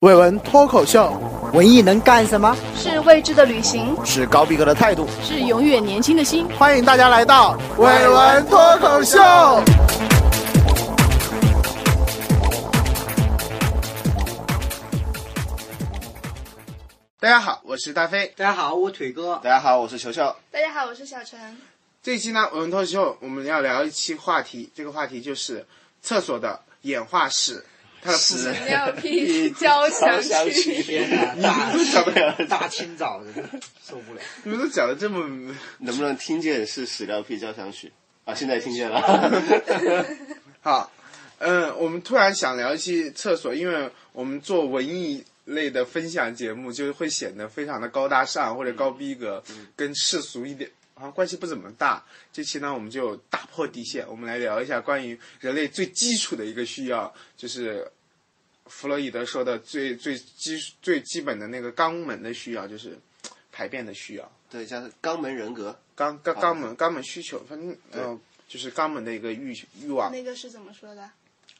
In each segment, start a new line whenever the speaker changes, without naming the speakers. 伟文脱口秀，
文艺能干什么？
是未知的旅行，
是高逼格的态度，
是永远年轻的心。
欢迎大家来到伟文脱口秀。大家好，我是大飞。
大家好，我腿哥。
大家好，我是球球。
大家好，我是小陈。
这一期呢，伟文脱口秀我们要聊一期话题，这个话题就是厕所的演化史。它的复
屎尿屁交响曲，
天哪，大
怎么样？
大清早的，受不了。
你们都讲的这么
能不能听见是屎尿屁交响曲啊？现在听 见了。
好，嗯，我们突然想聊一期厕所，因为我们做文艺类的分享节目，就会显得非常的高大上或者高逼格，跟世俗一点好像关系不怎么大。这期呢，我们就打破底线，我们来聊一下关于人类最基础的一个需要，就是弗洛伊德说的最最基最基本的那个肛门的需要，就是排便的需要。
对，叫肛门人格。
肛肛肛门肛门需求，反正呃，就是肛门的一个欲欲望。
那个是怎么说的？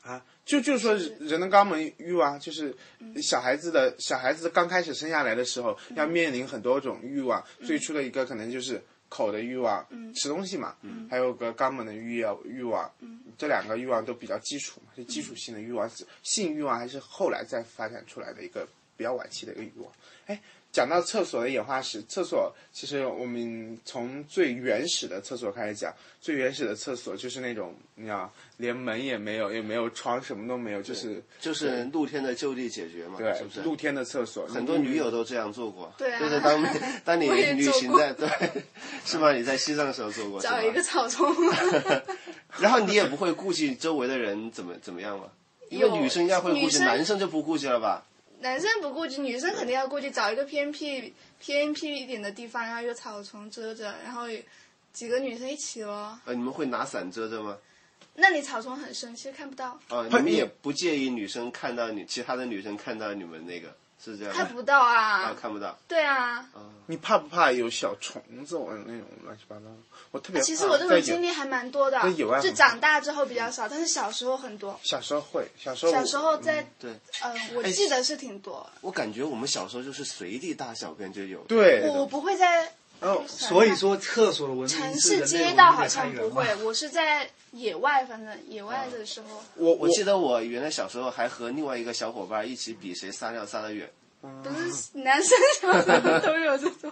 啊，就就说人的肛门欲望，就是小孩子的小孩子刚开始生下来的时候，要面临很多种欲望。最初的一个可能就是口的欲望，吃东西嘛，还有个肛门的欲要欲望，这两个欲望都比较基础嘛，是基础性的欲望。性欲望还是后来再发展出来的一个比较晚期的一个欲望。哎，讲到厕所的演化史，厕所其实我们从最原始的厕所开始讲，最原始的厕所就是那种你知道，连门也没有，也没有窗，什么都没有，就是
就是露天的就地解决嘛，
对
是不是？
露天的厕所，
很多女友都这样做过，
对啊
就是当 当你
我也
旅
做
行
过
在对，是吗？你在西藏的时候做过，是
找
吧
一个草丛。
然后你也不会顾及周围的人怎么怎么样嘛， 因为
有
女生应该会顾
女
及，
生
男生就不顾及了吧？
男生不顾及，女生肯定要顾及，找一个偏僻偏僻一点的地方，然后有草丛遮着，然后有几个女生一起咯。
呃，你们会拿伞遮着吗？
那里草丛很深，其实看不到，
啊、你们也不介意女生看到你，其他的女生看到你们那个是这样吗？
看不到
啊，
啊。
看不到。
对啊，
你怕不怕有小虫子？我那种乱七八糟的，我特别怕。
其实我这
在
种
有
经历还蛮多的
在野
啊
外，
就长大之后比较少，但是小时候很多。
小时候会，小时候
小时候在，
嗯对，
呃，我
哎
记得是挺多。
我感觉我们小时候就是随地大小便就有。，
对，
我不会在
然后
所以说，厕所的文明
城
是
市
人类
街
文
道
明
好
的
像
开
不
源嘛
会，我是在野外，反正野外的时候，
我
我记得我原来小时候还和另外一个小伙伴一起比谁撒尿撒得远。
不是男生小时候都有这种。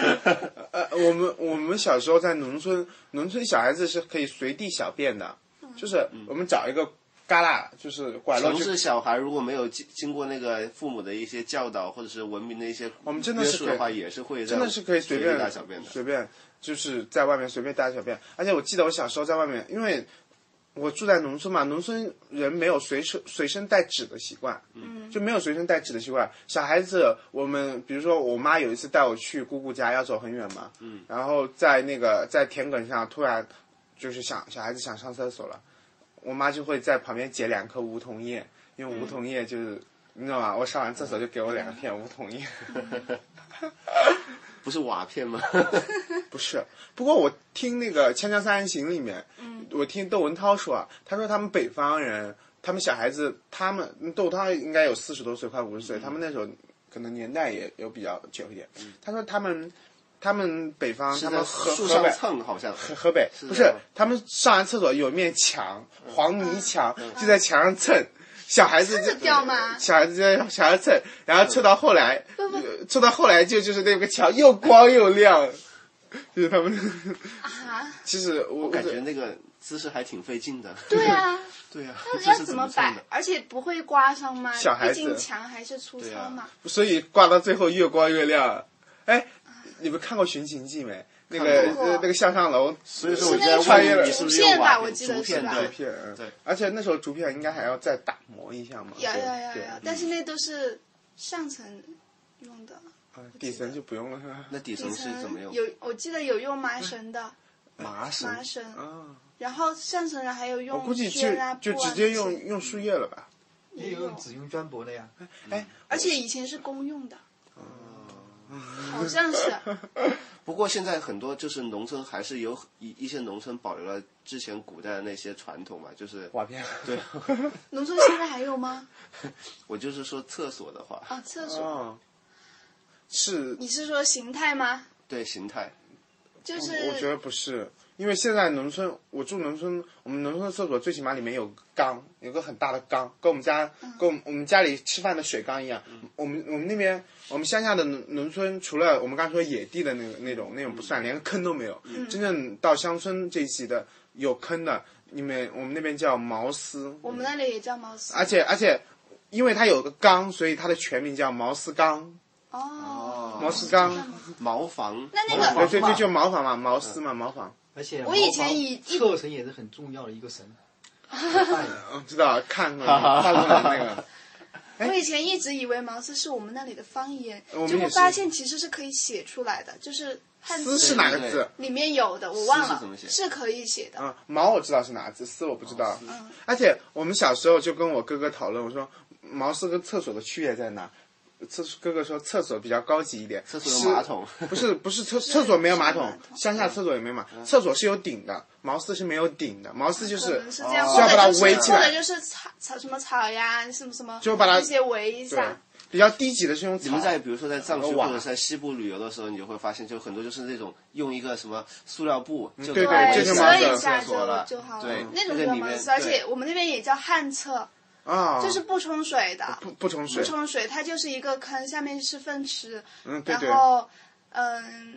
呃，我们我们小时候在农村，农村小孩子是可以随地小便的，
嗯
就是我们找一个旮旯，啊就是拐落
嗯城
去
市，小孩如果没有经经过那个父母的一些教导或者是文明的一些
我们真的
约
是
束
可以
的话，也是会
真的是可以随
随
便
地大小便的。
随便就是在外面随便大小便。而且我记得我小时候在外面，因为我住在农村嘛，农村人没有随身随身带纸的习惯，嗯，就没有随身带纸的习惯。小孩子，我们比如说我妈有一次带我去姑姑家，要走很远嘛，嗯，然后在那个在田埂上突然就是想小孩子想上厕所了，我妈就会在旁边捡两颗梧桐叶，因为
嗯
梧桐叶就是。你知道吗？我上完厕所就给我两片梧桐叶，
不是瓦片吗？
不是，不过我听那个《锵锵三人行》里面，
嗯
我听窦文涛说啊，他说他们北方人，他们小孩子，他们窦文涛应该有四十多岁，快五十
嗯
岁，他们那时候可能年代也有比较久一点。他说他们，他们北方，
是
他
在
们河
树
河
上
北。
蹭，好像。
河北
是嗯
不
这
是
样吗
他们上完厕所有一面墙，黄泥墙，
嗯
就在墙上蹭，小孩子
这
就
么掉吗嗯
小孩子就在小孩子蹭，然后蹭到后来，
不不
呃蹭到后来就就是那个墙又光又亮， 就是他们。
啊，
其实我
我感觉那个姿势还挺费劲的。
对啊，
对呀、啊，
那
这
要
是
怎
么
么
蹭
摆
的？？
而且不会刮伤吗？
小孩
毕
子
竟墙还是粗糙嘛。
所以挂到最后越光越亮。哎，你们看过《寻秦记》没？那个
看
过
呃那个向上楼
所以说我
是
就
那
在
竹
个
问你，你是不是
竹
用
片吧
瓦
我
片？
记得
竹
是
片
吧
对
竹。片，嗯
对，
而且那时候竹片应该还要再打磨一下嘛。
有有有
对啊嗯
有，但是那都是上层用的，
啊底层就不用了是吧？
那底层
底
是怎么
层
用？
有我记得有用麻绳的
麻绳。
麻绳，
啊，
然后上层人还有
我
用
估计就
圈啊
就
布啊
直接
那些
用用树叶了吧？
也有用只用专博的呀。
哎，
而且以前是公用的，好像是，
不过现在很多就是农村还是有一一些农村保留了之前古代的那些传统嘛，就是
瓦片，
对，
农村现在还有吗？
我就是说厕所的话，
啊，厕所，
嗯，是
你是说形态吗？
对形态，
就是
我觉得不是，因为现在农村，我住农村，我们农村的厕所最起码里面有缸，有个很大的缸，跟我们家、
嗯
跟我们我们家里吃饭的水缸一样。我们我们那边我们乡下的农农村，除了我们刚才说野地的那个那种那种不算，连个坑都没有。
嗯
真正到乡村这一期的有坑的，你们我们那边叫茅斯，
我们那里也叫茅斯
而且而且，因为它有个缸，所以它的全名叫茅斯缸，
哦。
茅斯缸。
嗯茅房，
那那
茅
个
对
房
对对，就茅房嘛，
嗯
茅斯嘛，茅房。
而且
我以前以一
厕神也是很重要的一个神，扮演
嗯，知道，看过看过那 个。
我以前一直以为茅斯是我们那里的方言
我，们
结果
也是
发现其实是可以写出来的，就是汉
丝
字
是哪个字
里面有的，我忘
丝
了
是怎么写
是可以写的。
啊？毛我知道是哪个字，丝我不知道
丝。
而且我们小时候就跟我哥哥讨论，我说茅斯跟厕所的区别在哪？厕哥哥说厕所比较高级一点，
厕所有马桶，
是。不是不是厕厕所没有马
是
桶
马，桶
乡下厕所也没有马，
嗯
厕所是有顶的，茅斯是没有顶的，茅斯就
可
是
能是这样，
哦需要把它
或者就是
围起
或
来
者，就是草草什么草呀，什么什么，
就把它
这些围一
对
下。，
比较低级的是用
你
草
们。在比如说在藏区
瓦
或者在西部旅游的时候，你就会发现，就很多就是那种用一个什么塑料布，就
嗯对
可以
这就
塞
茅
遮
塞
一下
厕所了，
就就好
对
了，，那种
个
叫
里
茅
面
斯，而
对
且我们那边也叫旱厕，
啊，
就是不冲水的，
不不冲
不
水，
冲水，它就是一个坑，下面是粪池，
嗯对对
然，后嗯，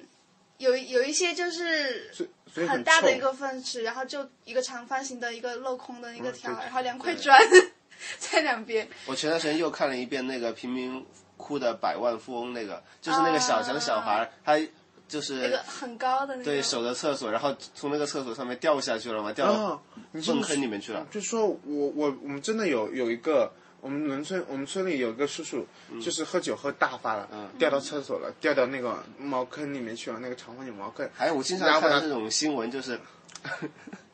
有有一些就是
所以所以
很
很
大的
臭
一个粪池，然后就一个长方形的一个镂空的一个条，
嗯对
然后两块砖 在两边，
我前段时间又看了一遍那个贫民窟的百万富翁，那个就是那个小
啊
小小孩儿，他就
那个
是
很高的那个。
对守着厕所，然后从那个厕所上面掉下去了嘛，掉
啊
到，
你这
粪
么
坑里面去了。
就说我我我们真的有有一个，我们农村我们村里有一个叔叔，
嗯
就是喝酒喝大发了，掉到厕所了，掉到那个茅坑里面去了，那个长方形茅坑。
还有我经
然
常
后
看
把
到
它
这种新闻，就是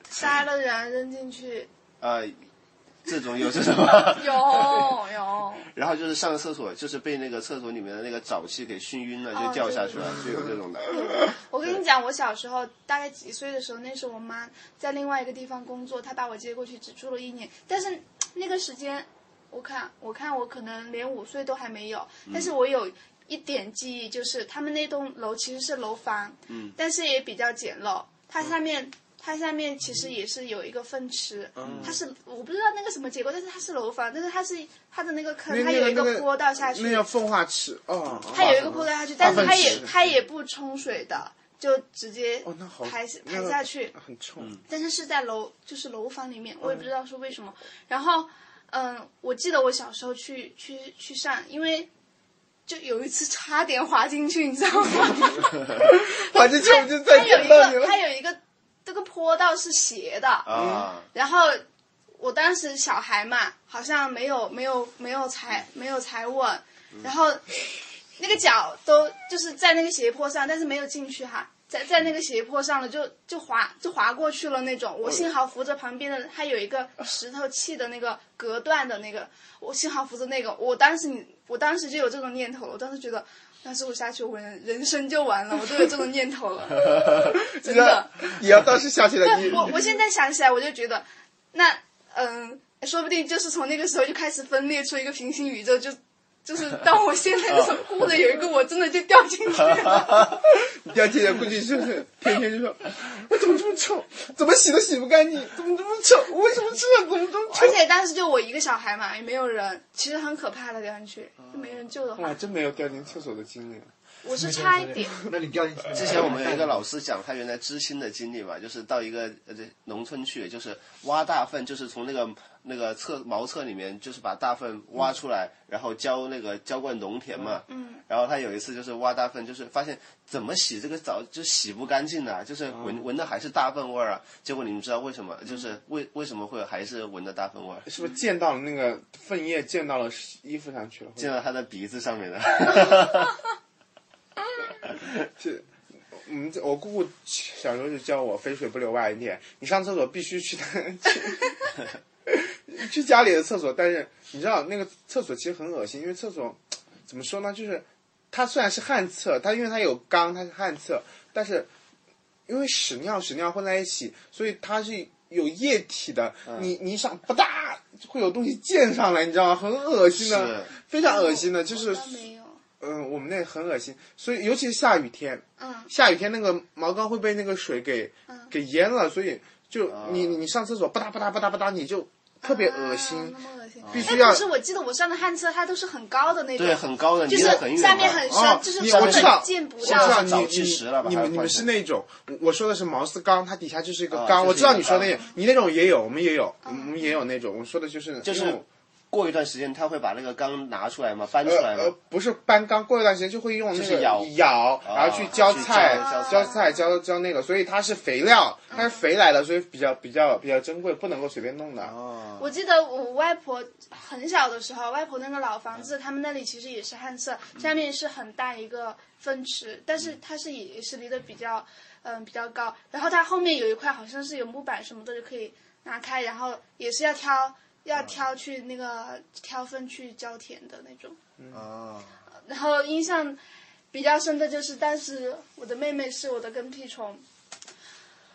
杀了人扔进去，
呃，这 种有这种，
有 有，
然后就是上厕所，就是被那个厕所里面的那个沼气给熏晕了，就掉下去了，就有这种的。
我跟你讲，我小时候大概几岁的时候，那时候我妈在另外一个地方工作，她把我接过去只住了一年，但是那个时间，我看我看我可能连五岁都还没有，
嗯
但是我有。一点记忆就是，他们那栋楼其实是楼房，嗯，但是也比较简陋。它
嗯
下面，它下面其实也是有一个粪池，
嗯
它是我不知道那个什么结构，但是它是楼房，但是它是它的那个坑，
那
它
那
有
个
一
那
个
个
坡道下去，
那叫奉化池哦，
它有一个坡道下去，但是它也它也不冲水的，就直接
哦，那好
排
那
排
个
下去。
很臭。
嗯
但是是在楼就是楼房里面，我也不知道是为什么。然后，嗯，我记得我小时候去去去上，因为就有一次差点滑进去，你知道 吗？
反正就就
它
再
有一
见到你
个
了。
它有一个这个坡道是斜的，
啊，
然后我当时小孩嘛，好像没有没有没有踩没有踩稳，然后那个脚都就是在那个斜坡上，但是没有进去哈，在在那个斜坡上了，就就滑就滑过去了那种。我幸好扶着旁边的，它有一个石头砌的那个隔断的那个，我幸好扶着那个。我当时你，我当时就有这种念头了，我当时觉得。要是我下去，我人人生就完了，我都有这种念头了，真的。
也要当时想起来，你
我我现在想起来，我就觉得，那嗯、说不定就是从那个时候就开始分裂出一个平行宇宙，就就是当我现在这种过的有一个我真的就掉进 去了，
你第二天估计就是天天就说，我怎么这么臭？怎么洗都洗不干净？怎么这么臭？我为什么这样？怎么这么臭
而？且当时就我一个小孩嘛，也没有人，其实很可怕的掉进去，就没人救的话，
哇，真没有掉进厕所的经历。
我是差一点，
那你掉进去。
之前我们呃有一个老师讲他原来知青的经历嘛，就是到一个呃这农村去，就是挖大粪，就是从那个那个厕茅厕里面，就是把大粪
嗯
挖出来，然后浇那个浇灌农田嘛。嗯。然后他有一次就是挖大粪，就是发现怎么洗这个澡就洗不干净的、啊就是
嗯
闻闻的还是大粪味儿啊。结果你们知道为什么？就是为为什么会还是闻的大粪味儿？
是不是溅到了那个粪液，溅到了衣服上去了？
溅到他的鼻子上 面的。
这，我们嗯这我姑姑小时候就教我“肥水不流外人田”，你上厕所必须去去去家里的厕所。但是你知道那个厕所其实很恶心，因为厕所怎么说呢，就是它虽然是旱厕，它因为它有缸，它是旱厕，但是因为屎尿屎尿混在一起，所以它是有液体的。你你想不大会有东西溅上来，你知道吗？很恶心的
是，
非常
哦
恶心的，就是
我倒没有，
嗯，我们那很恶心，所以尤其是下雨天，
嗯，
下雨天那个毛膏会被那个水给、给淹了，所以就
啊
你你上厕所吧嗒吧嗒吧嗒吧嗒，你就特别恶心。
啊那么恶心。
必须
哎
要
可是我记得我上的旱厕它都是很高的那种，
对，很高的，
就
离
是
得很远的。
下面很深，
哦，
就是
你
根
我知道
本，见不
我知
到。
道
是啊早
你
计时了吧
你
还
们
是
你们是
换
那种，我我说的是毛丝缸，它底下就是一个
啊
缸，
就是
我知道
一个
你说的那
缸，
你那种也有，我们也有，
嗯
我们也有那种，我说的就是
就是
因为我
过一段时间，他会把那个缸拿出来嘛，搬出
呃
来嘛。
呃，不是搬缸，过一段时间就会用那
就是
个
舀啊
舀，然后去浇
去
菜
浇、
浇
浇
菜、浇浇那个，所以它是肥料，它
嗯
是肥来的，所以比较比较比较珍贵，不能够随便弄的。
哦，
我记得我外婆很小的时候，外婆那个老房子，他们那里其实也是旱厕，下面是很大一个粪池，但是它是也是离得比较，嗯，比较高。然后它后面有一块好像是有木板什么的，就可以拿开，然后也是要挑要挑去那个挑粪去浇田的那种。
哦，
然后印象比较深的就是当时我的妹妹是我的跟屁虫，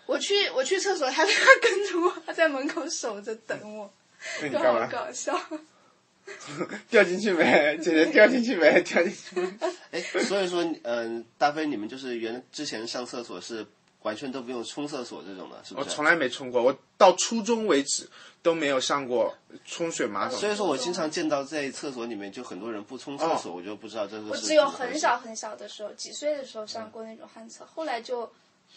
我去我去厕所，她她跟着我，她在门口守着等我，
那你
就
干
好
嘛？
搞笑。
掉进去 没？姐姐掉进去没？掉进去没。
哎， 所以说，嗯、大飞，你们就是原之前上厕所是完全都不用冲厕所这种的，是不
我
是？
哦从来没冲过，我到初中为止都没有上过冲水马桶。
所以说我经常见到在厕所里面就很多人不冲厕所，
哦
我就不知道这个是。
我只有很小。很小的时候，几岁的时候上过那种旱厕，后来就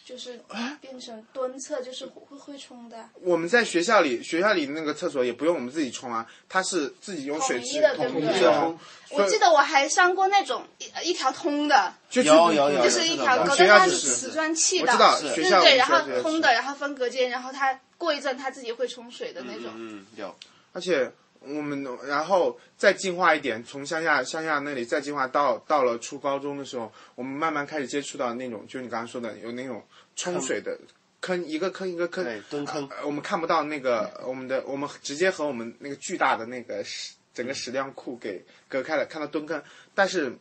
就是
啊
变成蹲厕，就是会会冲的，
我们在学校里，学校里那个厕所也不用我们自己冲啊，它是自己用水
统一
池
的对
统
不
一
对
的冲。
我记得我还上过那种一一条通的，
就
有有有
就是一条
我
沟
们，
但
学校
它
就是是
瓷砖砌
我
的，
知道
对
学
对
校
对，
学
然
校
后
这个
通
是
的，然后分隔间，然后它过一阵它自己会冲水的那种。
嗯，有。
而且我们然后再进化一点，从乡下乡下那里再进化到到了初高中的时候，我们慢慢开始接触到那种，就你刚刚说的有那种冲水的坑，一个坑一个坑，
对，蹲坑。
呃我们看不到那个我们的，我们直接和我们那个巨大的那个食整个食量库给隔开了，看到蹲坑，但是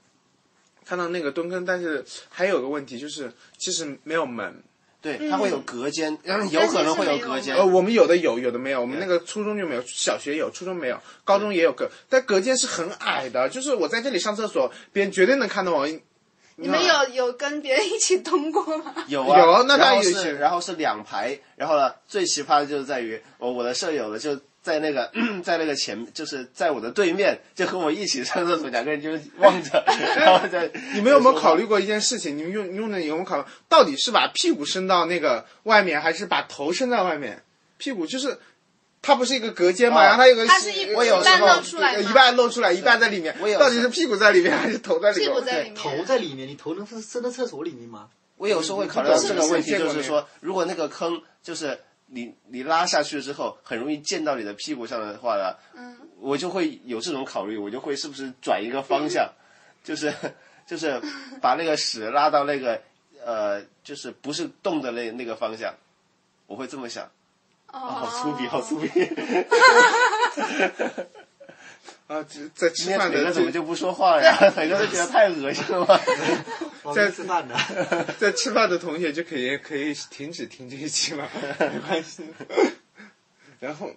看到那个蹲坑，但是还有个问题就是，其实没有门。
对，它会有隔间，
嗯
有可能会有隔间
呃，。我们有的有，有的没有。我们那个初中就没有，小学有，初中没有，高中也有隔，但隔间是很矮的，就是我在这里上厕所，别人绝对能看到我。
你们有有跟别人一起通过吗？
有啊，
有那当然
然后
有
是然后是两排，然后呢，最奇葩的就是在于我我的舍友呢就在那个 在那个前，就是在我的对面，就和我一起上厕所，两个人就望着， 然后在
你们有没有考虑过一件事情？你们用用的有没有考虑，到底是把屁股伸到那个外面，还是把头伸在外面？屁股就是，它不是一个隔间嘛，
哦
然后它有个
它是一
一
我有时
半
候
露出来
一
吗？
半露出来，一半在里面
我。有
到底是屁股在里面，还是头在里面？
屁股在里
对，
面，
头在里面，你头能伸伸到厕所里面吗？
我有时候会考虑到这个问题，
是不
就是是说，如果那个坑就是你你拉下去之后，很容易溅到你的屁股上的话呢，嗯，我就会有这种考虑，我就会是不是转一个方向，就是就是把那个屎拉到那个呃，就是不是动的那那个方向，我会这么想。
哦，
啊好粗鄙，好粗鄙！
啊，这在
今
吃
天
饭
腿
的
哥怎么
最
就不说话呀？腿哥都觉得太恶心了吧？
我
在
们吃饭的，
在吃饭的同学就可以可以停止听这一期了，没关系。 然后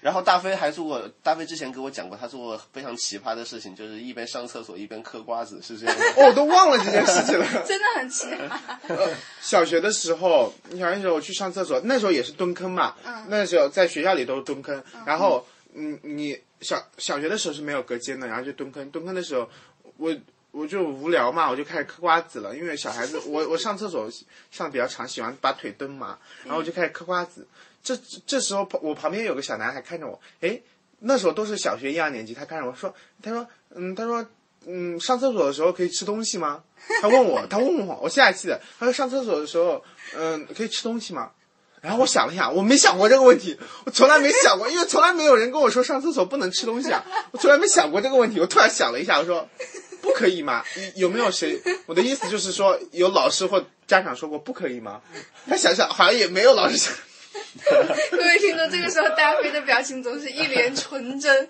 然后大飞还做过，大飞之前给我讲过，他做过非常奇葩的事情，就是一边上厕所一边嗑瓜子，是这样吗？
哦，我都忘了这件事情了。
真的很奇葩。
小学的时候，小学的时候我去上厕所，那时候也是蹲坑嘛。那时候在学校里都是蹲坑，然后嗯，你小小学的时候是没有隔间的，然后就蹲坑。蹲坑的时候，我我就无聊嘛，我就开始嗑瓜子了。因为小孩子，我我上厕所上得比较长，喜欢把腿蹲麻，然后我就开始嗑瓜子。这这时候我旁边有个小男孩看着我，诶，那时候都是小学一二年级，他看着我说，他说，嗯，他说，嗯，上厕所的时候可以吃东西吗？ 他问我，他问我，我下一期的，他说上厕所的时候，嗯，可以吃东西吗？然后我想了想，我没想过这个问题，我从来没想过，因为从来没有人跟我说上厕所不能吃东西啊，我从来没想过这个问题。我突然想了一下，我说不可以吗？有有没有谁？我的意思就是说，有老师或家长说过不可以吗？他想想，好像也没有老师想。
各位听众，这个时候大飞的表情总是一脸纯真，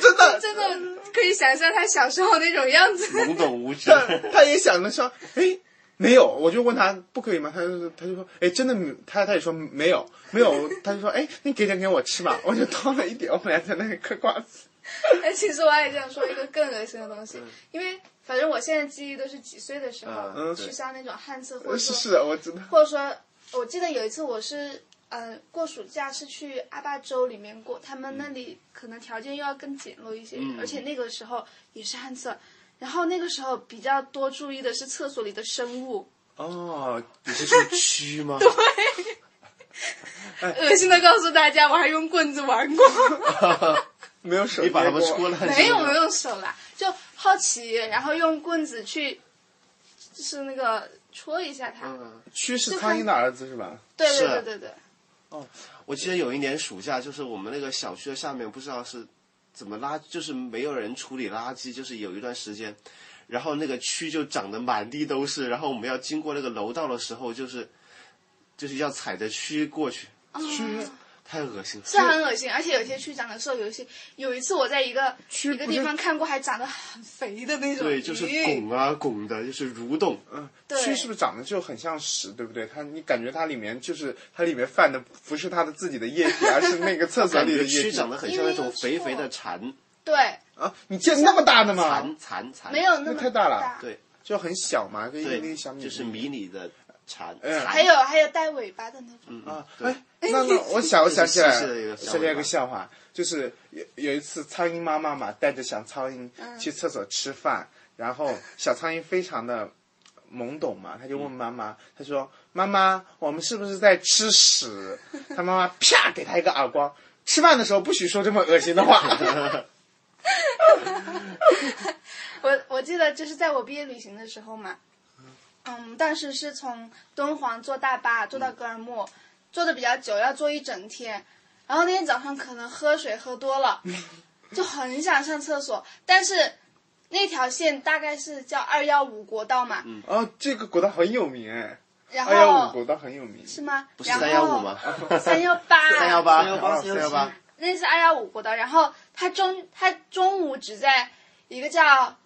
真的，
真的可以想象他小时候那种样子。
懵懂无 知，
他他也想着说，哎，没有，我就问他不可以吗？他就他就说，哎，真的没，他他也说没有，没有，他就说，哎，你给点给我吃吧，我就掏了一点，我们俩在那里嗑瓜子。
哎，其实我也想说一个更恶心的东西，因为反正我现在记忆都是几岁的时候
嗯，
去上那种旱厕，或者
是
说
是，我知道。
或者说，我记得有一次我是呃过暑假是去阿坝州里面过，他们那里可能条件又要更简陋一些，
嗯
而且那个时候也是旱厕，然后那个时候比较多注意的是厕所里的生物，
哦，
你是说蛆吗？
哎
恶心的告诉大家，我还用棍子玩 过，
没有手
你
捏
把
过，
它们戳烂？
没有没有用手啦，就好奇，然后用棍子去，就是那个戳一下它，
嗯
蛆是苍蝇的儿子是吧？
对对
是
对对对，
我记得有一年暑假，就是我们那个小区的下面，不知道是怎么垃，就是没有人处理垃圾，就是有一段时间，然后那个蛆就长得满地都是，然后我们要经过那个楼道的时候，就是就是要踩着蛆过去，
啊
蛆
太恶心了。
是很恶心，而且有些蛆长得瘦，有一些有一次我在一个
蛆
一个
不
地
是
方看过，还长得很肥的那种
对，就是
鱼
拱啊拱的，就是蠕动。
嗯，
对
蛆是不是长得就很像屎，对不对？它你感觉它里面就是它里面泛的不是它的自己的液体，而是那个厕所
感
里
觉
的液
蛆
体
长得很像那种肥肥的蚕
对，
啊！你见那么大的吗
蚕？蚕蚕，
没有那
那
么
太大了
对
就很小嘛，跟一
对
粒小，米，
就是迷你的嗯蚕
嗯
还
蚕。
有还有带尾巴的那种，
啊，
对
哎，那那我想我
就是
想起来
细细的一个
了，
小
想起来一
尾巴
个笑话，就是有有一次苍蝇妈妈嘛带着小苍蝇
嗯
去厕所吃饭，然后小苍蝇非常的懵懂嘛，他就问妈妈，他说：“妈妈，我们是不是在吃屎？”他妈妈啪给他一个耳光。吃饭的时候不许说这么恶心的 话。
我我记得就是在我毕业旅行的时候嘛，嗯，当时是从敦煌坐大巴坐到格尔木，坐的比较久，要坐一整天。然后那天早上可能喝水喝多了，就很想上厕所，但是那条线大概是叫二幺五国道嘛，
哦，这个国道很有名哎，
然
二幺五
后
国道很有名。
是吗？
不是
然后
三幺五吗？
三幺八，
三幺八，
318
三幺八，
那是二幺五国道，然后他中他中午只在一个叫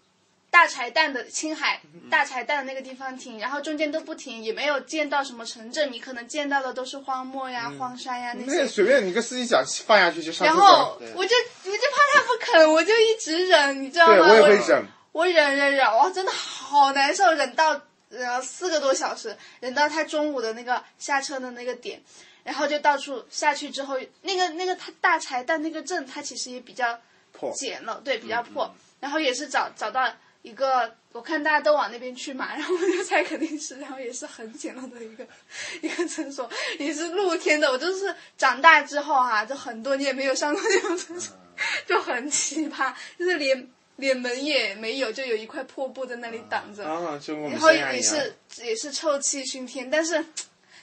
大柴旦的青海
嗯
大柴旦的那个地方停，然后中间都不停，也没有见到什么城镇，你可能见到的都是荒漠呀、
嗯
荒山呀那
那个
些。
随便你跟司机讲放下去就上
然
厕所
后。我就我就怕他不肯，我就一直忍，你知道吗？
对，我也会
我
整。
我忍忍忍，哇，真的好难受，忍到呃四个多小时，忍到他中午的那个下车的那个点，然后就到处下去之后，那个那个他大柴旦那个镇，它其实也比较
破
简陋，对，比较破，然后也是找找到。一个，我看大家都往那边去嘛，然后我就猜肯定是，然后也是很简陋的一个 一个厕所，也是露天的。我就是长大之后啊，就很多年没有上过那种厕所， 就很奇葩，就是连连门也没有，就有一块破布在那里挡着，
啊，就跟我们
然后
三亚
也
一样。
是也是臭气熏天，但是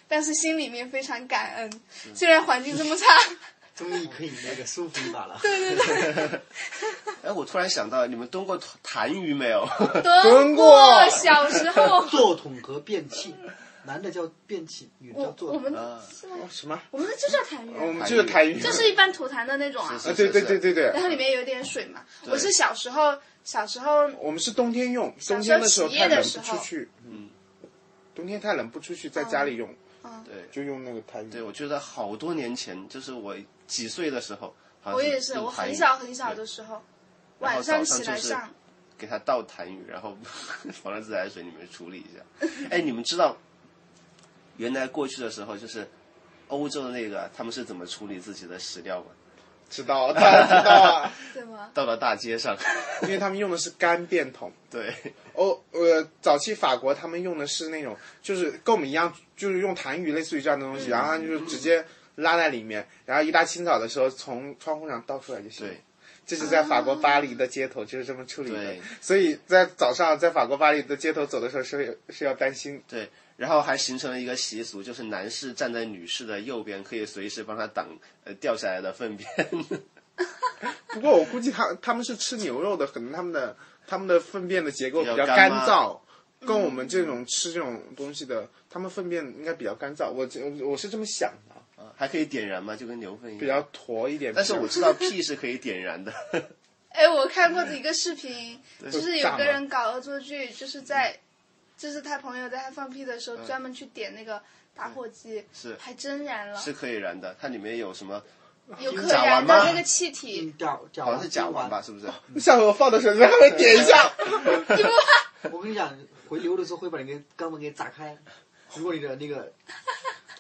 但是心里面非常感恩，虽然环境这么差，
终于可以那个舒服一把了。，
哎，我突然想到，你们蹲过痰盂没有？
蹲
过
过
小时候
坐桶和便器，男的叫便器，女的叫
我
坐
我
桶。
们
啊
是吗
哦什么？
我们那就叫痰
我
盂，
们就是台语，
就是一般吐痰的那种啊，
是
啊，对对对对对
然，后里面有点水嘛。
对
我是小时候小时候
我们是冬天用，
小
冬天的
时
时
候
候
起夜
太
的
冷
时
不
候嗯
出去，嗯，冬天太冷不出去，在家里用，
对
就用那个台语。
对，我觉得好多年前，就是我几岁的时候，好像
我
是
也是，
用
我
痰
很
盂
小很小的时候，
然
晚
后早
上
上
起来
就是
上。
给它倒痰盂，然后 放在自来水里面处理一下。哎，你们知道，原来过去的时候就是欧洲的那个他们是怎么处理自己的屎尿吗？
知道，当然知道啊，
对吗？
倒到大街上，
因为他们用的是干便桶。
对，
哦，呃，早期法国他们用的是那种，就是跟我们一样，就是用痰盂类似于这样的东
嗯
西，然后他就是直接拉在里面，然后一大清早的时候从窗户上倒出来就行。
对，
这是在法国巴黎的街头就是这么处理的
对，
所以在早上在法国巴黎的街头走的时候是有是要担心
对，然后还形成了一个习俗，就是男士站在女士的右边，可以随时帮她挡呃掉下来的粪便。
不过我估计他他们是吃牛肉的，可能他们的他们的粪便的结构比较
比较干
干
吗
燥，跟我们这种吃这种东西的，他们粪便应该比较干燥。我我我是这么想的。
还可以点燃嘛，就跟牛粪一
比
样。
较坨一点。
但是我 知道屁是可以点燃的，
哎，我看过一个视频，就是有
炸
个人搞恶作剧，就是在，就是他朋友在他放屁的时候专门去点那个打火机，
嗯是
还真燃了，
是可以燃的。它里面有什么？
有可
甲
燃的
烷吗嗯
那个气体，
甲甲
好像
烷
是甲烷吧，
吧？
是不是？
下回我放的时候，让他们点一 下。
我跟你讲，回流的时候会把你给肛门给炸开，如果你的 那个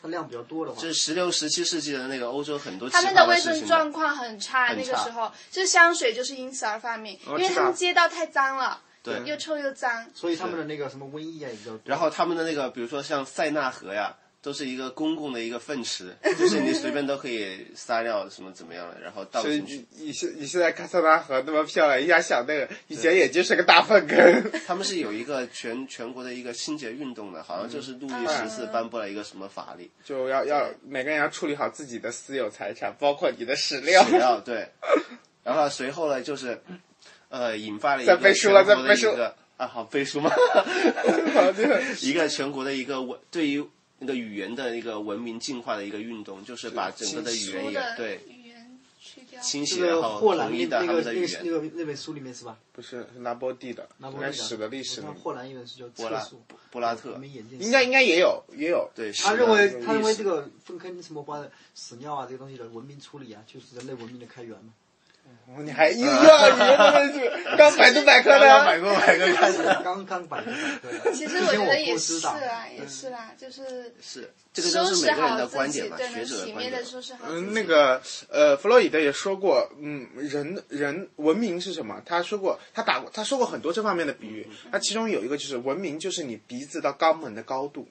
它量比较多的话
就，是十六、十七世纪的那个欧洲很多奇
他们
葩
卫
事
生
情
状况很差，
很
那个
差哦
时候，就是香水就是因此而发明，因
我
为
知
他
道
们街道太脏了，
对
又臭又脏，
所以他们的那个什么瘟疫啊也比较多。
然后他们的那个，比如说像塞纳河呀，都是一个公共的一个 粪池，就是你随便都可以撒尿什么怎么样的，然后倒
所以
进去。
你你现你现在看塞纳河那么漂亮，一下想那个以前也就是个大粪坑。
他们是有一个全全国的一个清洁运动的，好像就是路易十
嗯
四颁布了一个什么法令，
就要要每个人要处理好自己的私有财产，包括你的史 料。
只要啊对。然后随后呢，就是呃，引发了一
再
个
背书了
全国
再
的
背
一
书
个啊，好背书吗？
好这个
一个全国的一个文对于那个语言的一个文明进化的一个运动，就是把整个的语
毒
言也
的
对
语言去掉。
清
这
洗，然
个
后
霍兰
统
那
一的
那
他
个
们的
那
语
个是
言
那。个那本书里面是吧？
不是是拿波地的，
拿
应
破
该
仑
史的历史
我
那
看
个，
霍兰一本书叫《
波拉
测速》，
布拉特
我，们眼见
应该应该也有也有。
对，是
他
的
认
有
为
意思
他认为这个粪坑什么花的屎尿啊这个东西的文明处理啊，就是人类文明的开源 嘛。
哦你还硬要你那是刚百度百科的
刚
啊
买。过买过看的，
刚刚摆的对吧
其实我觉得也是啊
以前我不知道
啦，也是啦，就是
是嗯这个
收
都是
拾
每个人
好
的观
自己，
点嘛，
对，
学
能
者
体
观
面
点
的。收拾好自己。
嗯，那个呃，弗洛伊德也说过，嗯，人人文明是什么？他说过，他打过，他说过很多这方面的比喻。那其中有一个就是文明，就是你鼻子到肛门的高度，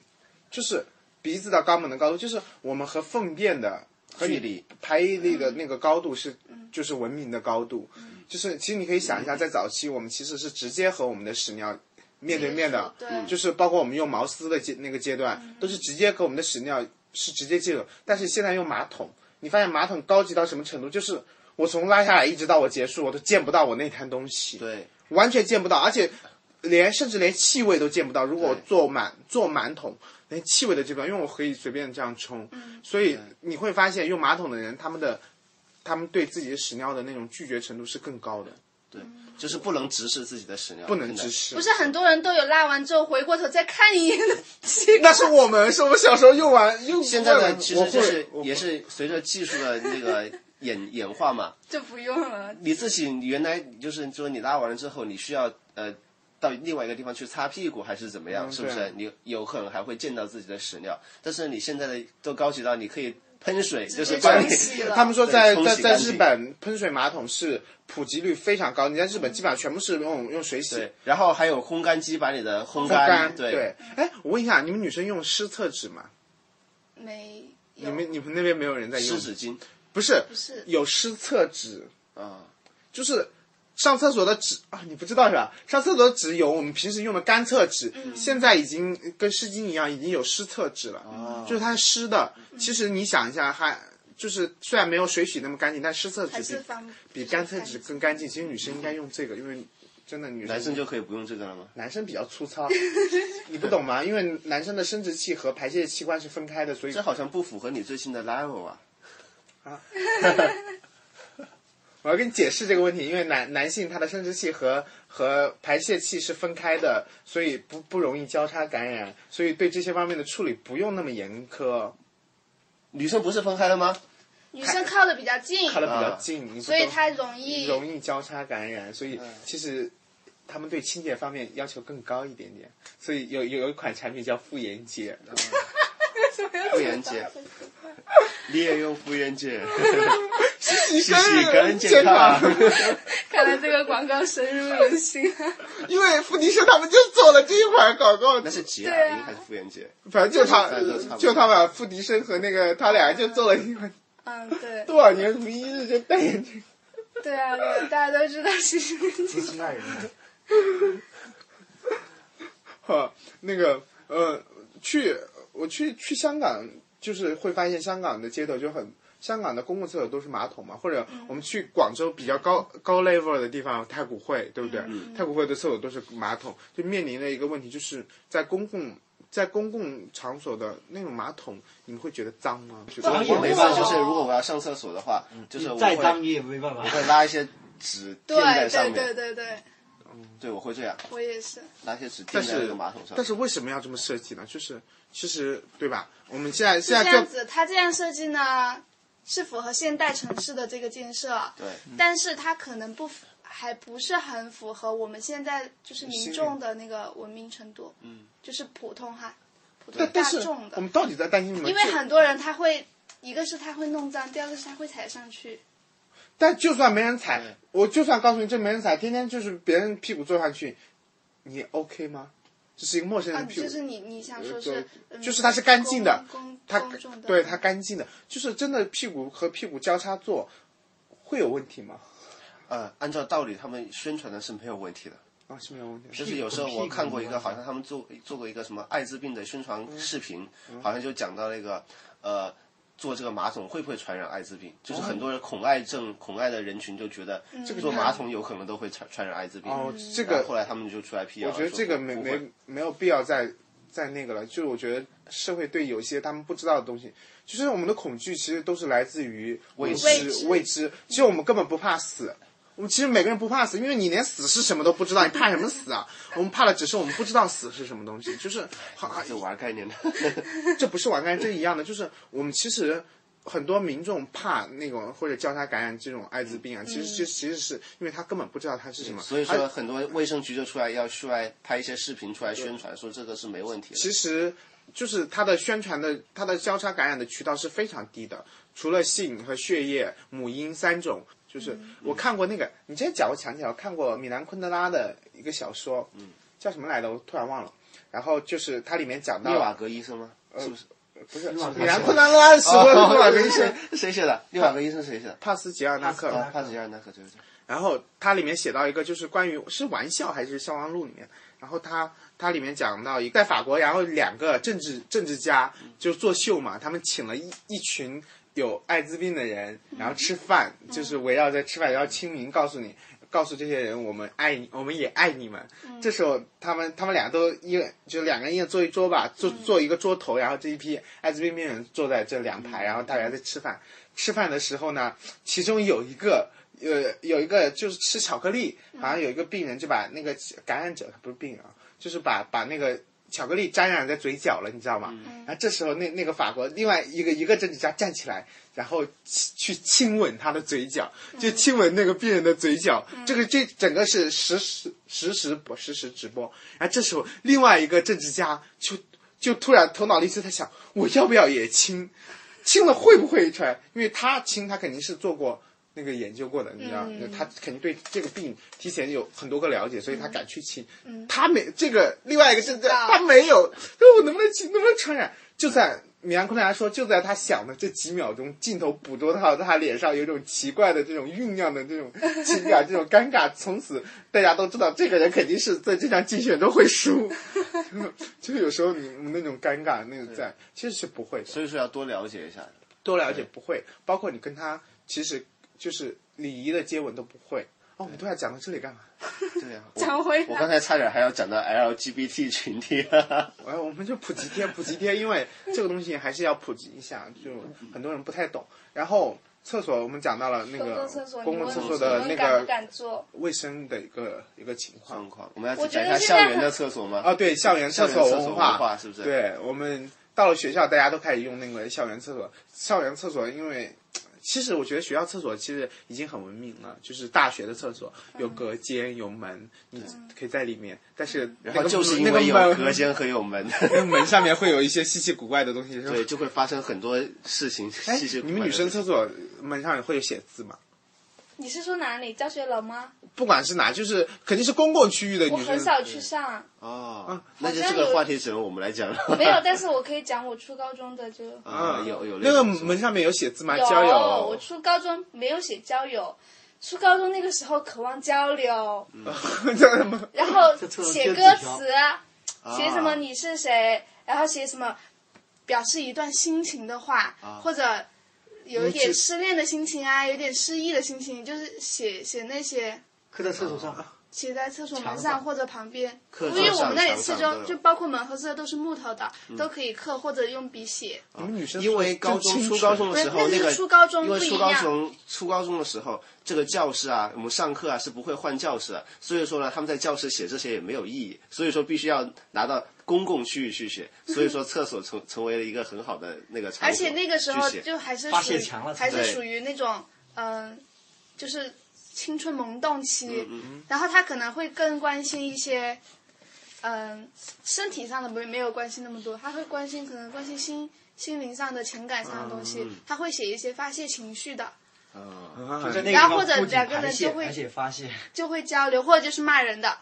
就是鼻子到肛门的高度，就是我们和粪便的和
距
你
离
排异力的那个高度是，就是文明的高度。就是其实你可以想一下，在早期我们其实是直接和我们的屎尿面对面的，
对嗯
就是包括我们用毛丝的阶那个阶段，都是直接和我们的屎尿是直接接触。但是现在用马桶，你发现马桶高级到什么程度？就是我从拉下来一直到我结束，我都见不到我那滩东西，
对，
完全见不到，而且连甚至连气味都见不到。如果我
对
坐满坐满桶，连气味都见不到，因为我可以随便这样冲。
嗯
所以你会发现，用马桶的人，他们的他们对自己的屎尿的那种拒绝程度是更高的，
就是不能直视自己的屎尿，
不能
真的
直。视。
不是很多人都有拉完之后回过头再看一眼的习惯。
那是我们，是我们小时候用完用
现在呢，
惯了
其
我会
实就是
我
也是随着技术的那个演 演化嘛，
就不用了。
你自己原来就是说你拉完了之后，你需要呃到另外一个地方去擦屁股还是怎么样，
嗯
是不是
对？
你有可能还会见到自己的屎尿，但是你现在的都高级到你可以喷水，就是
接
把你
冲洗了
他们说在
对
在
冲洗
在
干净
日本喷水马桶是普及率非常高，你在日
嗯
本基本上全部是用用水洗。
对，然后还有烘干机把你的烘
烘干
对，
哎，我问一下，你们女生用湿厕纸吗？
没有，
你们你们那边没有人在用
湿？纸巾
不是，
不是
有湿厕纸，嗯
啊，
就是上厕所的纸啊，你不知道是吧？上厕所的纸有我们平时用的干厕纸，
嗯
现在已经跟湿巾一样，已经有湿厕纸了，
哦
就是它是湿的。
嗯
其实你想一下，还就是虽然没有水洗那么干净，但湿厕
还
纸
是方
比比干厕纸更干净。其实女生应该用这个，因为真的女生
男生就可以不用这个了吗？
男生比较粗 糙，你不懂吗？因为男生的生殖器和排泄器官是分开的，所以
这好像不符合你最新的 level 啊。
我要跟你解释这个问题，因为男男性他的生殖器和和排泄器是分开的，所以不不容易交叉感染，所以对这些方面的处理不用那么严苛，
女生不是分开 了吗？
女生靠的比较近，
靠的比较
啊
近，你不
所以
懂
她容易
容易交叉感染，所
嗯
以其实他们对清洁方面要求更高一点点，所以有有有一款产品叫妇炎洁，
嗯妇炎洁，你也用妇炎洁，
洗
洗干啊
健
健康。
看来这个广告深入人心啊。
因为付迪生他们就做了这一款广告
那，是洁
对
雅
啊
音还是妇炎洁？
反正就他
反正就差不多
就他把付迪生和那个他俩就做了一款。
嗯，对，
多少年如一日就代言这个。
对啊，对啊大家都知道洗洗干净。
知 心爱人嘛。
哈，那个呃，去我去去香港，就是会发现香港的街头就很。香港的公共厕所都是马桶嘛，或者
嗯
我们去广州比较高、高 level 的地方，太
嗯
古汇，对不对？太古汇的厕所都是马桶，就面临了一个问题，就是在公共在公共场所的那种马桶，你们会觉得脏吗？觉得
当然
我没办
哦
法，就是如果我要上厕所的话，就是我
再
会
脏你也没办法
我。会拉一些纸
嗯对
垫在上
对
面，
对对对，
对我会这样
我也是。
拿一些纸
但
垫在那
是
个马桶上
但。是为什么要这么设计呢？就是其实对吧？我们现在现
这
在
样
就
子，它这样设计呢，是符合现代城市的这个建设，
对，
但是它可能不符还不是很符合我们现在就是民众的那个文明程度，嗯，就是普通哈，普通
但但
大
是
众
我
的，
们到底在担心什么？
因为
就
很多人他会，一个是他会弄脏，第二个是他会踩上去，
但就算没人踩
对，
我就算告诉你这没人踩，天天就是别人屁股坐上去，你 OK 吗？这是一个陌生
啊，
人屁股，
就是你你想说是，嗯
就是它是干净的，
公公
他
公众的，
对他干净的，就是真的屁股和屁股交叉坐会有问题吗？
呃，按照道理他们宣传的是没有问题的，
啊，是没有问题的。
就是有时候我看过一
屁
个，
股
好像他们做做过一个什么艾滋病的宣传
嗯
视频，好像就讲到那个呃，坐这个马桶会不会传染艾滋病？
哦
就是很多人恐艾症、恐艾的人群就觉得
嗯
坐马桶有可能都会传传染艾滋病。
哦，这
然
个
后后来他们就出来辟谣，
我觉得
说
这个
不
没
不
没
会
没有必要再再那个了。就是我觉得社会对有一些他们不知道的东西，就是我们的恐惧其实都是来自于未
知
未知
未知。其实我们根本不怕死，我们其实每个人不怕死，因为你连死是什么都不知道，你怕什么死啊？我们怕的只是我们不知道死是什么东西，
哎
就是好啊
就玩概 念的。
这不是玩概念，这一样的，就是我们其实。很多民众怕那种或者交叉感染这种艾滋病啊，其实其实其实是因为他根本不知道它是什么，
嗯所以
而
说，很多卫生局就出来要出来拍一些视频出来宣传，说这个是没问题的。
其实就是它的宣传的，它的交叉感染的渠道是非常低的，除了性和血液、母婴三种。就是我看过那个，你这讲我想起来，我看过米兰昆德拉的一个小说，嗯，叫什么来着？我突然忘了。然后就是它里面讲到
列瓦格医生吗？是不是？
不是
瓦格
米兰昆德拉的时候，
哦
列呃瓦 格医生，
谁写的？列瓦格医生谁写的？
帕斯吉尔纳克。
啊，帕子亚那个对对对。
然后它里面写到一个就是关于是玩笑还是消亡录里面，然后它它里面讲到一个在法国，然后两个政治政治家就作秀嘛，他们请了一一群有艾滋病的人，然后吃饭，就是围绕着吃饭，然后清明告诉你。告诉这些人，我们爱你，我们也爱你们。这时候，他们他们俩都一人，就两个人一人坐一桌吧，坐坐一个桌头，然后这一批艾滋病病人坐在这两排，然后大家在吃饭。吃饭的时候呢，其中有一个呃有一个就是吃巧克力，好像有一个病人就把那个感染者不是病人啊，就是把把那个巧克力沾染在嘴角了，你知道吗？然后这时候那那个法国另外一个一个政治家站起来，然后亲去亲吻他的嘴角，就亲吻那个病人的嘴角。这个这整个是实时实时播实时直播。然后这时候另外一个政治家就就突然头脑里思在想，我要不要也亲？亲了会不会传？因为他亲，他肯定是做过那个研究过的，你知道，他肯定对这个病提前有很多个了解，所以他敢去亲。他没这个另外一个症
知道
状，他没有，那我能不能亲，能不能传染？就在米兰昆德拉说，就在他想的这几秒钟，镜头捕捉到他脸上有一种奇怪的这种酝酿的这种情感，这种尴尬。从此大家都知道，这个人肯定是在这场竞选中会输。 就是有时候你你那种尴尬那种在，其实是不会的。
所以说要多了解一下。
多了解不会，包括你跟他其实就是礼仪的接吻都不会。哦，我们突然讲到这里干嘛？
对呀、我
讲回
我
来
刚才差点还要讲到 LGBT 群体， 哈哈
哎，我们就普及贴，普及贴，因为这个东西还是要普及一下，就很多人不太懂。然后厕所我们讲到了那
公
个
共厕所，你
公
问
共厕
你
所的
们
那
敢
个
不敢坐？
卫生的一个一个情况
状况。我们要
我觉
讲
得
一下
现在
校园
很
的厕所吗？
啊，对，校园厕
校园厕所
文
文化是不是哦
对，我们到了学校，大家都开始用那个校园厕所。校园厕所，因为其实我觉得学校厕所其实已经很文明了，就是大学的厕所有隔间、有门，你可以在里面。但是
嗯然
那
后
个
就是因
那个
为有
门
隔间和 有门，
那个门上面会有一些稀奇古怪的东西。是吧
对，，就会发生很多事情。
哎
稀奇，古
你们
怪
女
的
生
事情
厕所门上会有写字吗？
你是说哪里？教学楼吗？
不管是哪，就是肯定是公共区域的
我
女
很
生。
少去上，
啊
哦，那
好
就这
像
个
有
话题只能我们来讲了。
没有，但是我可以讲我初高中的就
啊，有有
那个
种
门上面有写字吗？
有，
交
我
友。
初高中没有写交友，初高中那个时候渴望交流，
嗯
真的吗？
然 后
这这
写
这
歌
纸条
词啊，
啊
写什么你是谁，然后写什么表示一段心情的话，
啊
或者有一点失恋的心情啊，有点失意的心情，就是写写那些。
刻在厕所上，
写在厕所门
墙
上
上
或者旁边，
刻
因
字
为我们那里
上
四
墙上
周
都有嗯
就包括门和厕都是木头的，都可以刻或者用笔写。
你们女生
因为高中初高中的时候，
不是那是
个
初高中
因为
不一
初高
样
中初高中的时候，这个教室啊，我们上课啊是不会换教室的，所以说呢，他们在教室写这些也没有意义，所以说必须要拿到公共区域 去写，所以说厕所成成为了一个很好的那个场所
而且那个时候
去写
就还是
发
属于
泄墙了
还是
对
属于那种嗯、就是青春萌动期，然后他可能会更关心一些。嗯，身体上的没没有关心那么多，他会关心可能关心心心灵上的情感上的东西，他会写一些发泄情绪的，
嗯
啊
就在那个地
然
方
后或者
不仅
两个人
排泄
就会
而且发泄。
就会交流，或者就是骂人的，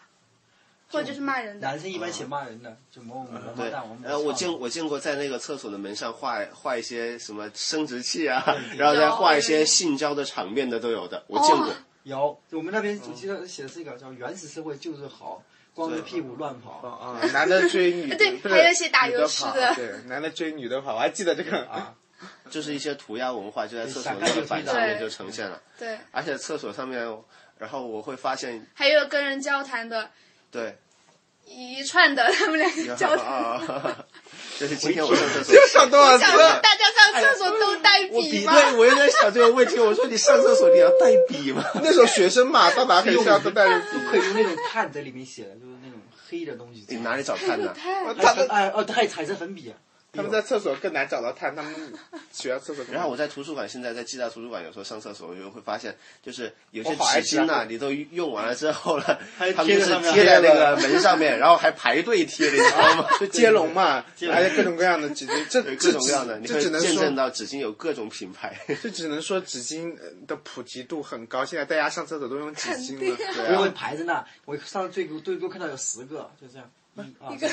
或者就是骂人的。啊
男生一般写骂人的，就某某王八
对
蛋、王，八
呃，我见
见
我见过在那个厕所的门上画画一些什么生殖器啊，
对
然后再
有
画一
有
些
有
性交的场面的都有的，我见过
哦。
有，我们那边我记得写的是一个叫“原始社会就是好，光着屁股乱
嗯
跑
哦
啊，男的追女，
对
不是
还有写打油诗
女
的
跑对，男的追女的跑，我还记得这个”
啊，
就是一些涂鸦文化就在厕所
对
那个板
想干就
上
推
面
倒
就呈现了，
对，
而且厕所上面，然后我会 发现，
还有跟人交谈的
对，
一串的，他们两 个交谈。
啊，这是今天我上厕所。
上多少
我
次
想？说大家上厕所都带
我
笔吗？
对，我也在想这个问题。我说你上厕所你要带笔吗？
那时候学生嘛，到哪可以上都带 着
就可以用那种碳在里面写的，就是那种黑的东西。
你哪里找看呢？
太
他
还有
们
哎哦，还有彩色粉笔，
他们在厕所更难找到碳，他们学校厕所更难。
然后我在图书馆，现在在暨大图书馆，有时候上厕所，我就会发现，就是有些
我
纸
好爱
巾
吃
呐、
啊
你都用完了之后了，
还
他们
贴
就
在
是
上面
贴在那个门上面，然后还排队贴，你知道吗？
就接龙嘛，
龙
还有各种各样的纸巾，这
有
这
各种各样的，你
这
会
只能
见证
说，
到纸巾有各种品牌。
这只能说纸巾呃的普及度很高。现在大家上厕所都用纸巾了，
对
我会
啊，
排在那，我上次最多最多看到有十个，就这样。一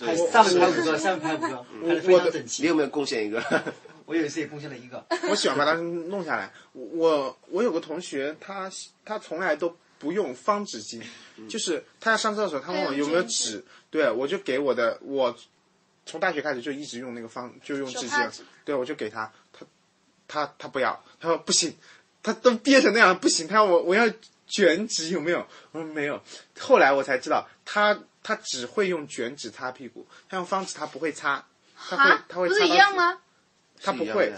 二
个
三还
对嗯
上面排五个，下面排五个，排的非常整
你
齐
有。没有贡献一个？
我有一次也贡献了一个，
我喜欢把它弄下来。我我我有个同学，他他从来都不用方纸巾，就是他要上厕所，他
哎
问我有没有
他用
纸，对我就给我的我。从大学开始就一直用那个方，就用纸
手帕
巾
纸，
对我就给他，他他他不要，他说不行，他都憋成那样不行，他要我我要卷纸有没有？我说没有，后来我才知道他他只会用卷纸擦屁股，他用方纸他不会擦，他会
啊，
他会
不
擦
是
到
一样吗？
他不会，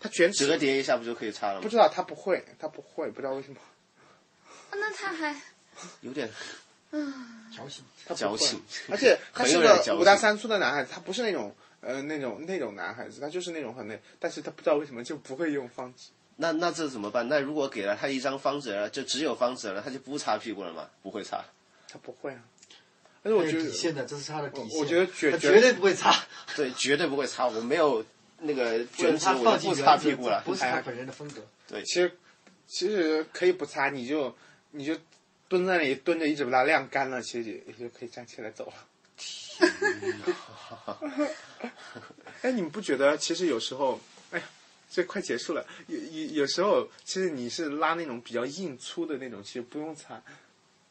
他卷纸
折叠一下不就可以擦了
不
吗？
知道他不会，他不会，不知道为什 么。
啊那他还
有点
调情。
他不
矫
会
情，
而且他是
很有点
个
矫情
五大三粗的男孩子，他不是那种呃那种那种男孩子，他就是那种很那，但是他不知道为什么就不会用方纸。
那那这怎么办？那如果给了他一张方纸了，就只有方纸了，他就不擦屁股了吗？不会擦，
他不会啊。但是我
这
觉
是
得
底线的，这是他的底线。
我觉得绝
他绝对不会擦，
对，绝对不会擦。我没有那个卷纸，
他
我
放
就
弃
不擦屁股了。
不是他本人的风格。
其实其实可以不擦，你就你就蹲在那里蹲着，一直把它晾干了，其实也也就可以站起来走了。 哎，你们不觉得其实有时候，哎呀，这快结束了。有有有时候，其实你是拉那种比较硬粗的那种，其实不用擦，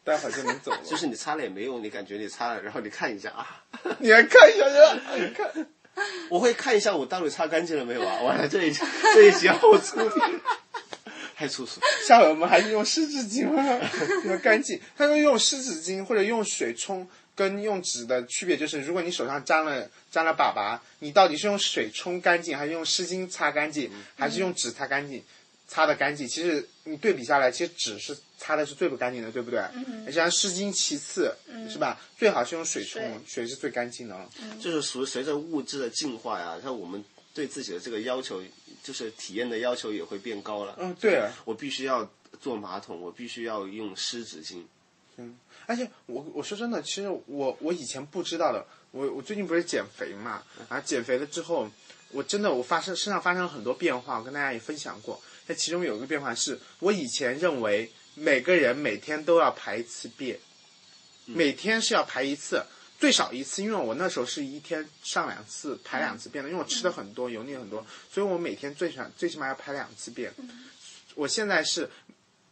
待 会儿就能走了。
就是你擦了也没用，你感觉你擦了，然后你看一下啊，
你还看一下，你看，
我会看一下我到底擦干净了没有啊？完了这一这一集好粗 鄙，太粗俗。
下回我们还是用湿纸巾 吧，比较干净。他说用湿纸巾或者用水冲跟用纸的区别就是，如果你手上沾了沾了粑粑，你到底是用水冲干净，还是用湿巾擦干净，还是用纸擦干净？擦的干净，其实你对比下来，其实纸是擦的是最不干净的，对不对？嗯。像湿巾其次，是吧？最好是用水冲，水嗯是最干净的。
就是随随着物质的进化呀，像我们对自己的这个要求，就是体验的要求也会变高了。
嗯，对。
我必须要坐马桶，我必须要用湿纸巾。
而且我我说真的，其实我我以前不知道的，我我最近不是减肥嘛，啊，减肥了之后，我真的我发生身上发生了很多变化，我跟大家也分享过。那其中有一个变化是我以前认为每个人每天都要排一次便，每天是要排一次，最少一次，因为我那时候是一天上两次，排两次便的，因为我吃的很多，油腻很多，所以我每天最少最起码要排两次便。我现在是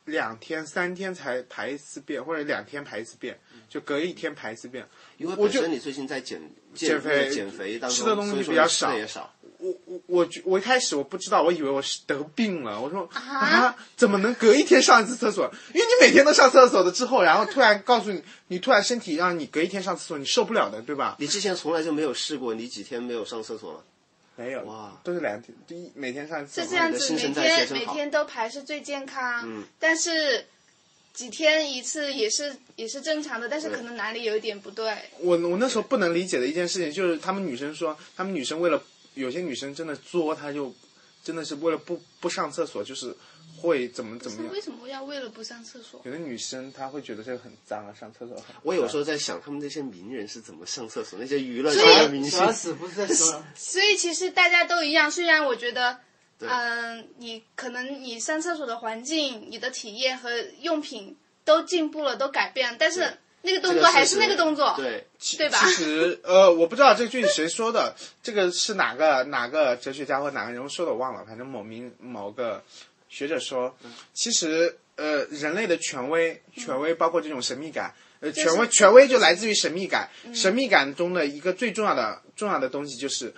两天、三天才排一次便，或者两天排一次便，就隔一天排一次便。
因为
我
本
就
身你最近在减
减肥
减肥当中，
吃的东西
所以说
比较
你吃的
少
也少。
我我我觉我一开始我不知道，我以为我是得病了。我说啊，怎么能隔一天上一次厕所？因为你每天都上厕所的，之后然后突然告诉你，你突然身体让你隔一天上厕所，你受不了的，对吧？
你之前从来就没有试过，你几天没有上厕所了？
没有，
哇
都是两天，第一每天上一次
是
厕
这
所。
样
你的
子，
新
每
陈代谢
天
真
每
好
天都排是最健康，但是几天一次也是也是正常的，但是可能哪里有一点不对，
我我那时候不能理解的一件事情就是，他们女生说，他们女生为了有些女生真的作，她就真的是为了不不上厕所，就是会怎么怎
是
么样
为。什么要为了不上厕所？
有的女生她会觉得这个很脏啊，上厕所很。
我有时候在想，他们那些名人是怎么上厕所？那些娱乐
所
圈
以
的明星
小，要死不是在 说了，
所以其实大家都一样，虽然我觉得。嗯，你可能你上厕所的环境、你的体验和用品都进步了，都改变了，但是那个动
这
作
个
还
事
是
实
那个动作，
对，
对吧？
其实，呃，我不知道这句谁说的，这个是哪个哪个哲学家或哪个人物说的，我忘了。反正某名某个学者说，其实，呃，人类的权威，权威包括这种神秘感，呃，权威权嗯威就嗯来自于神秘感，神秘感中的一个最重要的重要的东西就是。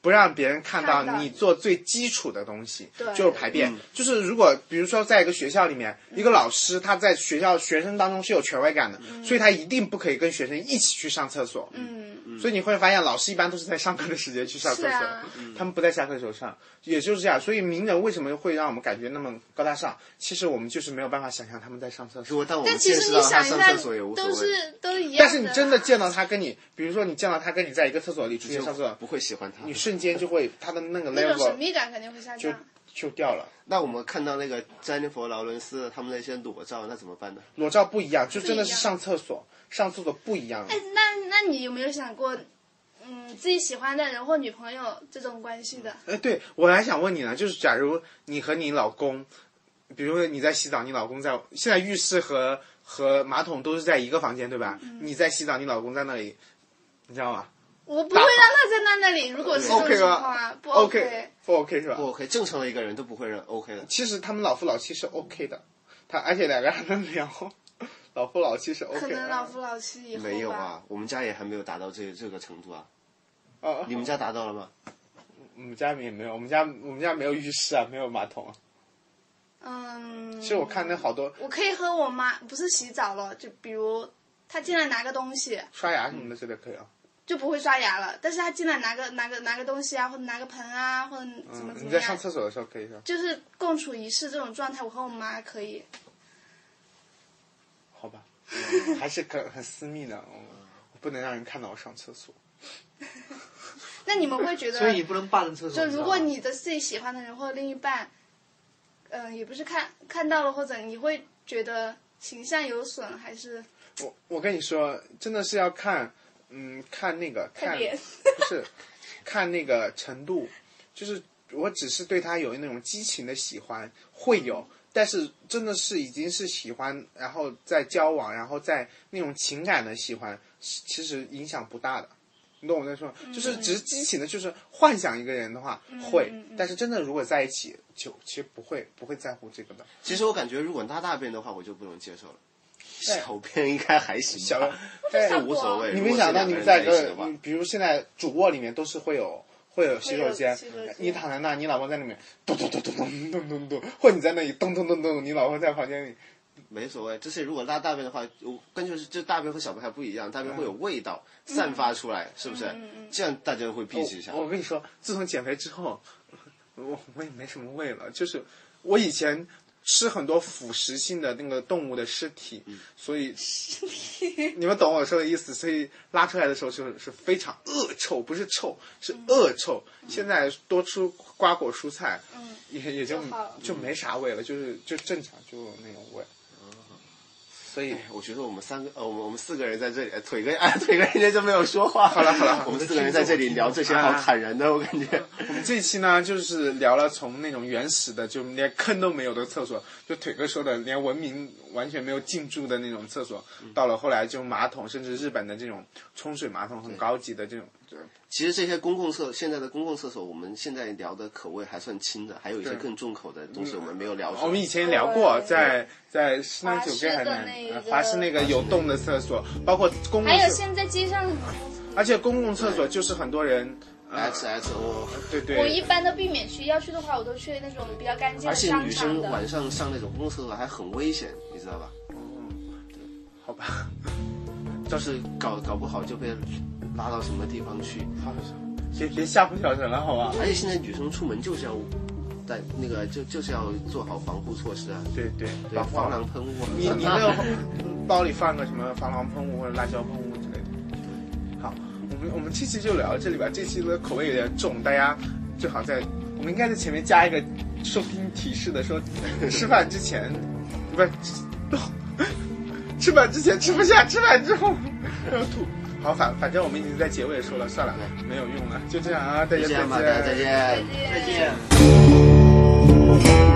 不让别人看到
看到
你做最基础的东西，
对
就是排便。就是如果比如说在一个学校里面，
嗯
一个老师他在学校学生当中是有权威感的，所以他一定不可以跟学生一起去上厕所。
嗯，
所以你会发现，老师一般都是在上课的时间去上厕所，
是啊
他们不在下课的时候上，也就是这样。所以名人为什么会让我们感觉那么高大上？其实我们就是没有办法想象他们在上厕
如
所。
果当我
但
们
其
见
实
识
啊
你
到他
想一
上
下
厕所也，无所
都
谓，
是都一样
但是你真的见到他跟你，比如说你见到他跟你在一个厕所里出现
就
上厕所，
不会喜欢他
你。瞬间就会他的那个
那种
level
神秘感肯定会下
就
降。
就掉了。
那我们看到那个詹妮弗·劳伦斯他们那些裸照，那怎么办呢？
裸照不一样，就真的
不一
是
样
上厕所，上厕所不一样。
哎，那那你有没有想过，嗯，自己喜欢的人或女朋友这种关系的？
哎，对我还想问你呢，就是假如你和你老公，比如说你在洗澡，你老公在现在浴室和和马桶都是在一个房间，对吧？
嗯
你在洗澡，你老公在那里，你知道吗
我不会让他站在那里，如果是这种
OK
情
吧
况啊，不
不 OK 是吧
不哦 OK，正常的一个人都不会让 OK 的。
其实他们老夫老妻是 OK 的，他而且两个人还能聊，老夫老妻是 OK 啊
可
的。
能老夫老妻以后吧。
没有啊，我们家也还没有达到这这个程度啊。
啊，
你们家达到了吗？
我们家也没有，我们家我们家没有浴室啊，没有马桶啊。
嗯，
其实我看那好多
我可以和我妈不是洗澡了，就比如她进来拿个东西，
刷牙什
嗯
么的，这个可以啊。
就不会刷牙了，但是她进来拿个拿个拿个东西啊，或者拿个盆啊，或者怎
嗯，
么怎
你
么
在
样，
上厕所的时候可以是吧？
就是共处一室这种状态，我和我妈可以。
好吧，嗯还是可很私密的，嗯我不能让人看到我上厕所。
那你们会觉得，
所以你不能霸占厕所。
就
知道
如
吧
果你的自己喜欢的人或另一半，嗯、也不是看看到了，或者你会觉得形象有损，还是
我我跟你说，真的是要看，嗯，看那个看
看脸
不是看那个程度，就是我只是对他有那种激情的喜欢，会有。
嗯
但是真的是已经是喜欢，然后再交往，然后再那种情感的喜欢，是其实影响不大的。你懂我在说吗，就是只是激情的，就是幻想一个人的话会
嗯嗯嗯，
但是真的如果在一起，就其实不会不会在乎这个的。
其实我感觉，如果拉大便的话，我就不能接受了。小便应该还行
小
吧，
对
这无所谓。
你
如果
没
是
想到
两
你
个
们
人
在
在
一
一
个
起的，话
啊你，比如现在主卧里面都是会有会有洗手间
会有洗手间，
你躺在那，你老公在里面咚咚咚咚咚咚咚咚，或你在那里咚咚咚咚，你老公在房间里，
没所谓。就是如果拉大便的话，我根据就大便和小便还不一样，大便会有味道
嗯
散发出来，是不是？这样大家会避忌一下。
我我跟你说，自从减肥之后，我我也没什么胃了，就是我以前。吃很多腐蚀性的那个动物的尸体，
嗯
所以你们懂我说的意思，所以拉出来的时候就是是非常恶臭，不是臭，是恶臭。现在多吃瓜果蔬菜，
嗯，
也也就
就好了
就没啥味了，就是就正常就那种味。所以
哎我觉得我们三个，呃，我们我们四个人在这里，呃腿哥，啊，腿哥今天就没有 说话。好
了好了好了
我们四个人在这里聊这些，
啊
好坦然的，我感觉。
我 们这一期呢，就是聊了从那种原始的，就连坑都没有的厕所，就腿哥说的，连文明完全没有进驻的那种厕所，到了后来就马桶，甚至日本的这种冲水马桶，很高级的这种。
其实这些公共厕现在的公共厕所，我们现在聊的口味还算轻的，还有一些
对嗯哦
更重口的东西我们没有聊出来。
我们以前聊过，
对
在在西南酒店还
华师的那
南
个
华师那个有洞的厕所，包括公共
还有
厕
现在街上的很多
而且公共厕所就是很多人，啊
X X O，
对对，
我一般都避免去，要去的话我都去那种比较干净
而
的
且
商
女
场
生
的。
晚上上那种公共厕所还很危险，你知道吧？
好吧，
就是搞搞不好就被拉到什么地方去。
好，别别吓唬小陈了，好吧？
而且现在女生出门就是要带那个就就是要做好防护措施啊，
对对，
对，防狼喷雾啊。
你你那个包里放个什么防狼喷雾或者辣椒喷雾之类的。好，我们我们这期就聊到这里吧。这期的口味有点重，大家最好在我们应该在前面加一个收听提示的， 说吃饭之前不是哦吃饭之前吃不下，吃饭之后要吐。好，反反正我们已经在结尾说了，算了，没有用了，就这样啊，大家
就这样吧，大家再
再
见。
见
再见。
嗯